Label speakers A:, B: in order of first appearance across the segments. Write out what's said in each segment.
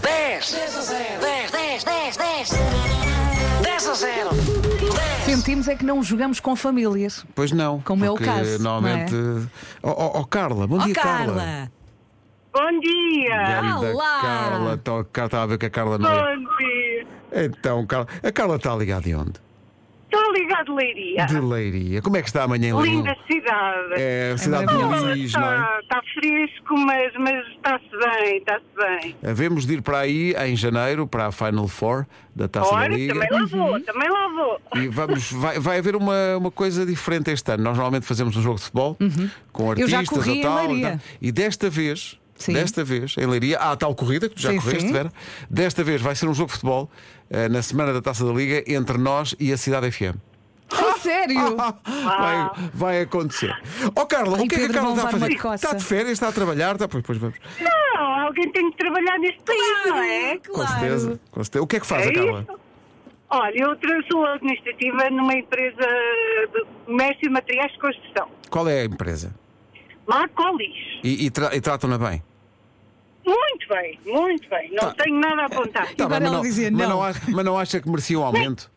A: 10, 10 a 0, 10, 10, 10, 10, 10 a 0, 10.
B: Sentimos é que não jogamos com famílias.
C: Pois não.
B: Como é o
C: porque
B: caso,
C: Normalmente. Ó oh, oh, Carla, bom
B: Ó
C: dia, Carla.
B: Carla!
D: Bom dia!
C: Grande
B: Olá.
C: Carla, tô- cá estava a ver que a Carla não. é.
D: Bom dia!
C: Então, Carla, a Carla está ligada de onde?
D: Estou ligado, Leiria.
C: De Leiria. Como é que está amanhã em Leiria?
D: Ah. Linda cidade.
C: É a cidade de
B: maravilhosa.
C: Luís, não é?
D: está, está fresco, mas mas está-se bem, está-se bem.
C: Havemos de ir para aí em janeiro, para a Final Four da Taça
D: Ora,
C: da Liga.
D: também lá vou,
C: Uhum.
D: também lá vou.
C: E vamos, vai, vai haver uma, uma coisa diferente este ano. Nós normalmente fazemos um jogo de futebol com
B: Uhum. Eu já
C: artistas
B: corri
C: ou
B: em
C: tal.
B: Leiria.
C: e tal. E desta vez,
B: Sim.
C: desta vez, em Leiria, há a tal corrida que tu já
B: Sim,
C: correste,
B: sim.
C: Vera. Desta vez vai ser um jogo de futebol eh, na semana da Taça da Liga entre nós e a Cidade FM.
B: A sério!
C: Vai, vai acontecer. Ó Carla,
B: Ai,
C: o que é que
B: Pedro,
C: a Carla
B: vão
C: está a
B: levar uma
C: fazer?
B: coça.
C: Está de férias, está a trabalhar, está. Pois, pois vamos.
D: Não, alguém tem que trabalhar neste
B: ah.
D: país, não é?
C: Com certeza, com certeza. O que é que faz
D: É
C: a Carla?
D: isso. Olha, eu tra- sou administrativa numa empresa de comércio e materiais de construção.
C: Qual é a empresa?
D: Lá colis.
C: E, e, tra- e tratam-na bem?
D: Muito bem, muito bem. Não
C: Tá.
D: tenho nada a apontar.
C: Tá bem,
B: agora
C: mas,
B: ela
C: não,
B: dizia
C: mas,
B: não.
C: não acha, mas não acha que merecia um aumento?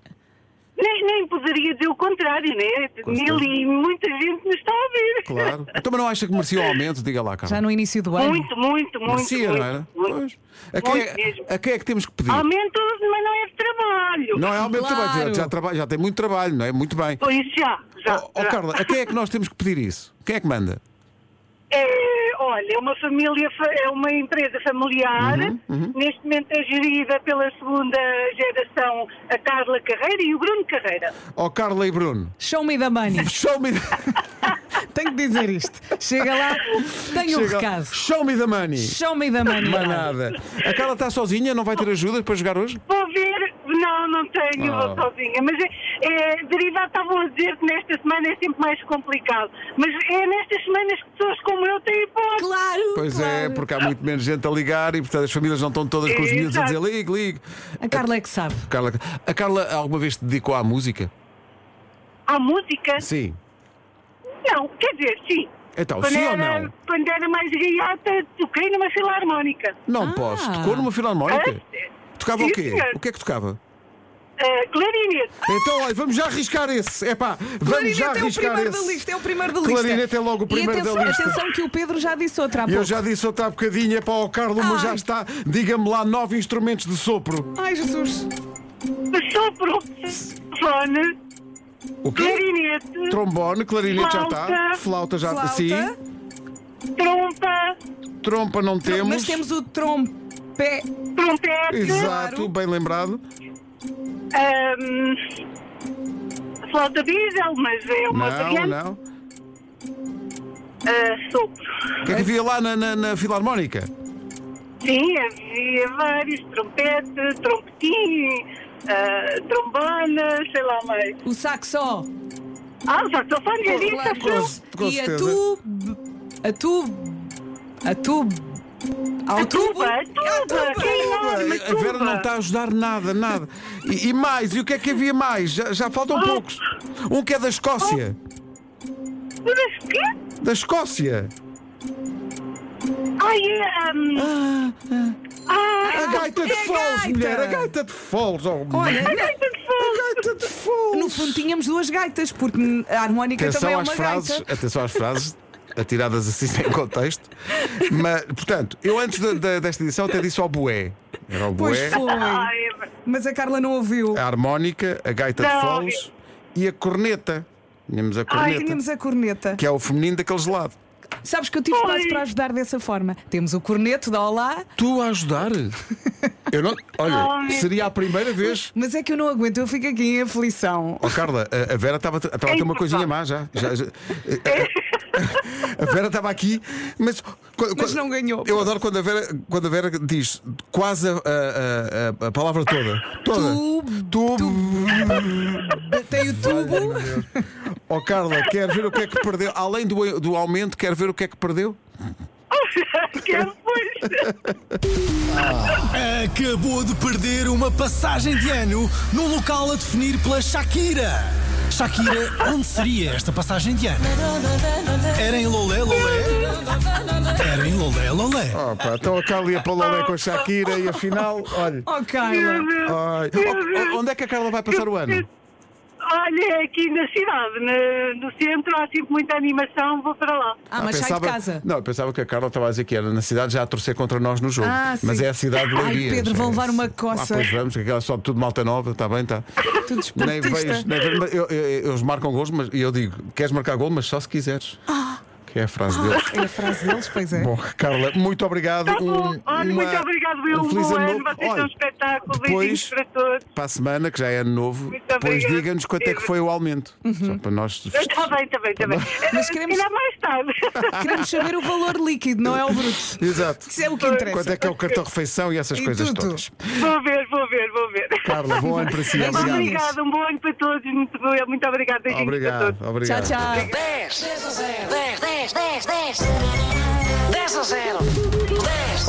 D: Nem, nem poderia dizer o contrário, né?
C: Com
D: Mil
C: certeza.
D: e muita gente nos está a ouvir.
C: Claro. Então, mas não acha que merecia um aumento? Diga lá, Carla.
B: Já no início do ano.
D: Muito, muito, muito.
C: merecia,
D: muito,
C: não era?
D: muito.
C: Pois. A quem,
D: Muito mesmo.
C: é, a quem é que temos que pedir?
D: Aumento, mas não é de trabalho.
C: Não é aumento de
B: Claro.
C: trabalho, já, já trabalha- já tem muito trabalho, não é? Muito bem. Ó
D: Pois já, já.
C: ó,
D: já.
C: Carla, a quem é que nós temos que pedir isso? Quem é que manda?
D: É, olha, é uma família, fa- é uma empresa familiar.
C: Uhum,
D: Neste momento é gerida pela segunda geração a Carla Carreira e o Bruno Carreira.
C: Ó Oh, Carla e Bruno.
B: Show me da money.
C: Show me,
B: Tenho que dizer isto. Chega lá, tenho o
C: Chega-
B: recado.
C: Show me the money.
B: Show me da money.
C: Manada. A Carla está sozinha, não vai ter ajuda para jogar hoje?
D: Vou ver, não, não tenho,
C: Ah.
D: vou sozinha. Mas é, é, derivado, estavam a dizer que nesta semana é sempre mais complicado. Mas é nestas semanas que pessoas como eu têm hipótese.
B: Claro!
C: Pois é,
B: claro.
C: porque há muito menos gente a ligar e, portanto, as famílias não estão todas com os miúdos a dizer
D: Exato.
C: ligue, ligue.
B: A Carla é que sabe.
C: Carla, a Carla alguma vez te dedicou à música?
D: Há música?
C: Sim.
D: Não, quer dizer, sim.
C: Então,
D: quando,
C: sim ou
D: era,
C: não?
D: quando era mais gaiata, toquei numa filarmónica.
C: Não
B: Ah.
C: posso. Tocou numa filarmónica?
D: Ah,
C: Tocava
D: sim,
C: o quê?
D: senhor.
C: O que é que tocava?
D: Ah, clarinete.
C: Então, olha, vamos já arriscar esse. Epá, vamos
B: Clarinete
C: já
B: é o
C: arriscar
B: primeiro
C: esse.
B: da lista, é o primeiro da lista.
C: Clarinete é logo o primeiro
B: e atenção,
C: da lista.
B: atenção que o Pedro já disse outra há
C: E eu
B: pouco.
C: já disse outra bocadinho, é para o Carlos, mas já
B: Ai.
C: está, diga-me lá, nove instrumentos de sopro.
B: Ai, Jesus.
D: Passou por um telefone,
C: O quê?
D: clarinete,
C: Trombone, clarinete já está,
D: Flauta.
C: flauta já
B: Flauta.
C: sim,
D: trompa,
C: trompa não temos.
B: Mas temos o trompé.
D: trompete,
C: Exato, bem lembrado.
D: ahm, ah, hum, flauta diesel, mas é uma
C: Não,
D: variante.
C: não.
D: Ah, sopro.
C: O que é que havia lá na, na, na Filarmónica?
D: Sim, havia vários, trompete, trompetim, ah, trombone, sei lá mais.
B: O saco só.
D: Ah, o saxofone, já disse,
B: Claro.
D: afinal.
C: com
B: e a
C: certeza.
B: tu. A tu. A tu. Ao
D: A
B: tubo.
D: tuba, a
B: Ao
D: tuba,
B: tubo.
D: que enorme
C: a Vera não está a ajudar nada, nada. E, e mais, e o que é que havia mais? Já, já faltam
B: Oh.
C: poucos. Um que é da Escócia.
D: Mas o quê?
C: Da Escócia.
D: Ai, é... Um...
C: A
D: Ah,
C: gaita de
B: é a
C: foles,
B: gaita.
C: mulher. A gaita de foles. Oh,
B: Olha,
C: mulher.
B: não-
D: gaita de fogo.
C: a gaita de foles.
B: no fundo tínhamos duas gaitas, porque a harmónica também é
C: atenção
B: uma
C: às frases,
B: gaita.
C: atenção às frases. Atiradas assim sem contexto. Mas, portanto, eu antes da- da- desta edição até disse ao bué. Era o
B: Pois
C: bué,
B: foi.
D: Ai, é verdade.
B: Mas a Carla não ouviu.
C: a harmónica, a gaita de
D: Não,
C: foles e a corneta. Tínhamos a
B: Ai,
C: corneta.
B: tínhamos a corneta.
C: que é o feminino daquele gelado.
B: Sabes que eu tive
D: Oi.
B: quase para ajudar dessa forma. Temos o corneto, dá olá,
C: Tu a ajudar? Eu não. Olha,
D: Ai.
C: seria a primeira vez.
B: mas é que eu não aguento, eu fico aqui em aflição.
C: Oh, Carla, a a Vera estava estava a ter uma
D: Ei,
C: coisinha
D: papá.
C: má já. Já- já- a- A Vera estava aqui, mas. quando-
B: Mas não ganhou.
C: Eu adoro quando a Vera, quando a Vera diz quase a, a- a- a palavra toda. Toda.
B: Tu-
C: tu,
B: Tem o tubo.
C: Oh, Carla, quer ver o que é que perdeu? Além do, do aumento, quer ver o que é que perdeu?
D: Que é, pois.
E: Acabou de perder uma passagem de ano num local a definir pela Shakira. Shakira, onde seria esta passagem de ano? Era em Lolé Lolé? Era em Lolé Lolé.
C: Oh, pá, então a Carla ia para o Lolé com a Shakira e afinal, olha.
B: Oh, Carla.
C: Ai, o- o- onde é que a Carla vai passar o ano?
D: Olha, é aqui na cidade, na- no centro, há sempre muita animação, vou para lá.
B: Ah, mas sai de casa.
C: Não, eu pensava que a Carla estava a dizer que era na cidade já a torcer contra nós no jogo.
B: Ah, sim.
C: Mas é a cidade de
B: Ai,
C: Leiria.
B: Pedro, vão levar uma
C: Ah,
B: coça. Tá
C: pois vamos, que aquela sobe tudo malta nova, está bem, está.
B: Tudo
C: Nem vejo,
B: esportista.
C: nem vejo, mas eu- eu- eles marcam gols, mas e eu digo: queres marcar gol, mas só se quiseres.
B: Ah.
C: Que é a frase deles.
B: É a frase deles, pois é.
C: Bom, Carla, muito obrigado.
D: Tá bom.
C: Um-
D: Olha,
C: uma-
D: muito obrigado, eu.
C: um
D: Um
C: feliz
D: bom
C: ano
D: ano.
C: novo.
D: Vocês
C: Olha,
D: são um espetáculo.
C: Depois,
D: Beijinhos para todos.
C: para a semana, que já é ano novo,
D: Muito
C: depois
D: obrigada.
C: diga-nos quanto é que foi o aumento.
B: Uhum.
C: Só para nós.
D: Está bem, está bem, está bem.
B: Mas
D: Se
B: queremos-
D: calhar mais tarde.
B: Queremos saber o valor líquido, não é o bruto.
C: Exato.
B: Isso é o que interessa.
C: Quanto é que é o cartão-refeição e essas
B: E
C: coisas
B: tudo.
C: todas.
D: Vou ver, vou ver, vou ver.
C: Carla, bom ano para si.
B: Beijinhos.
C: Obrigado.
D: Obrigada, um bom ano para todos. Muito, muito obrigada. Beijinhos para todos.
C: Obrigado,
B: Tchau, tchau.
C: obrigado.
A: 10 a 0. 10 a 0.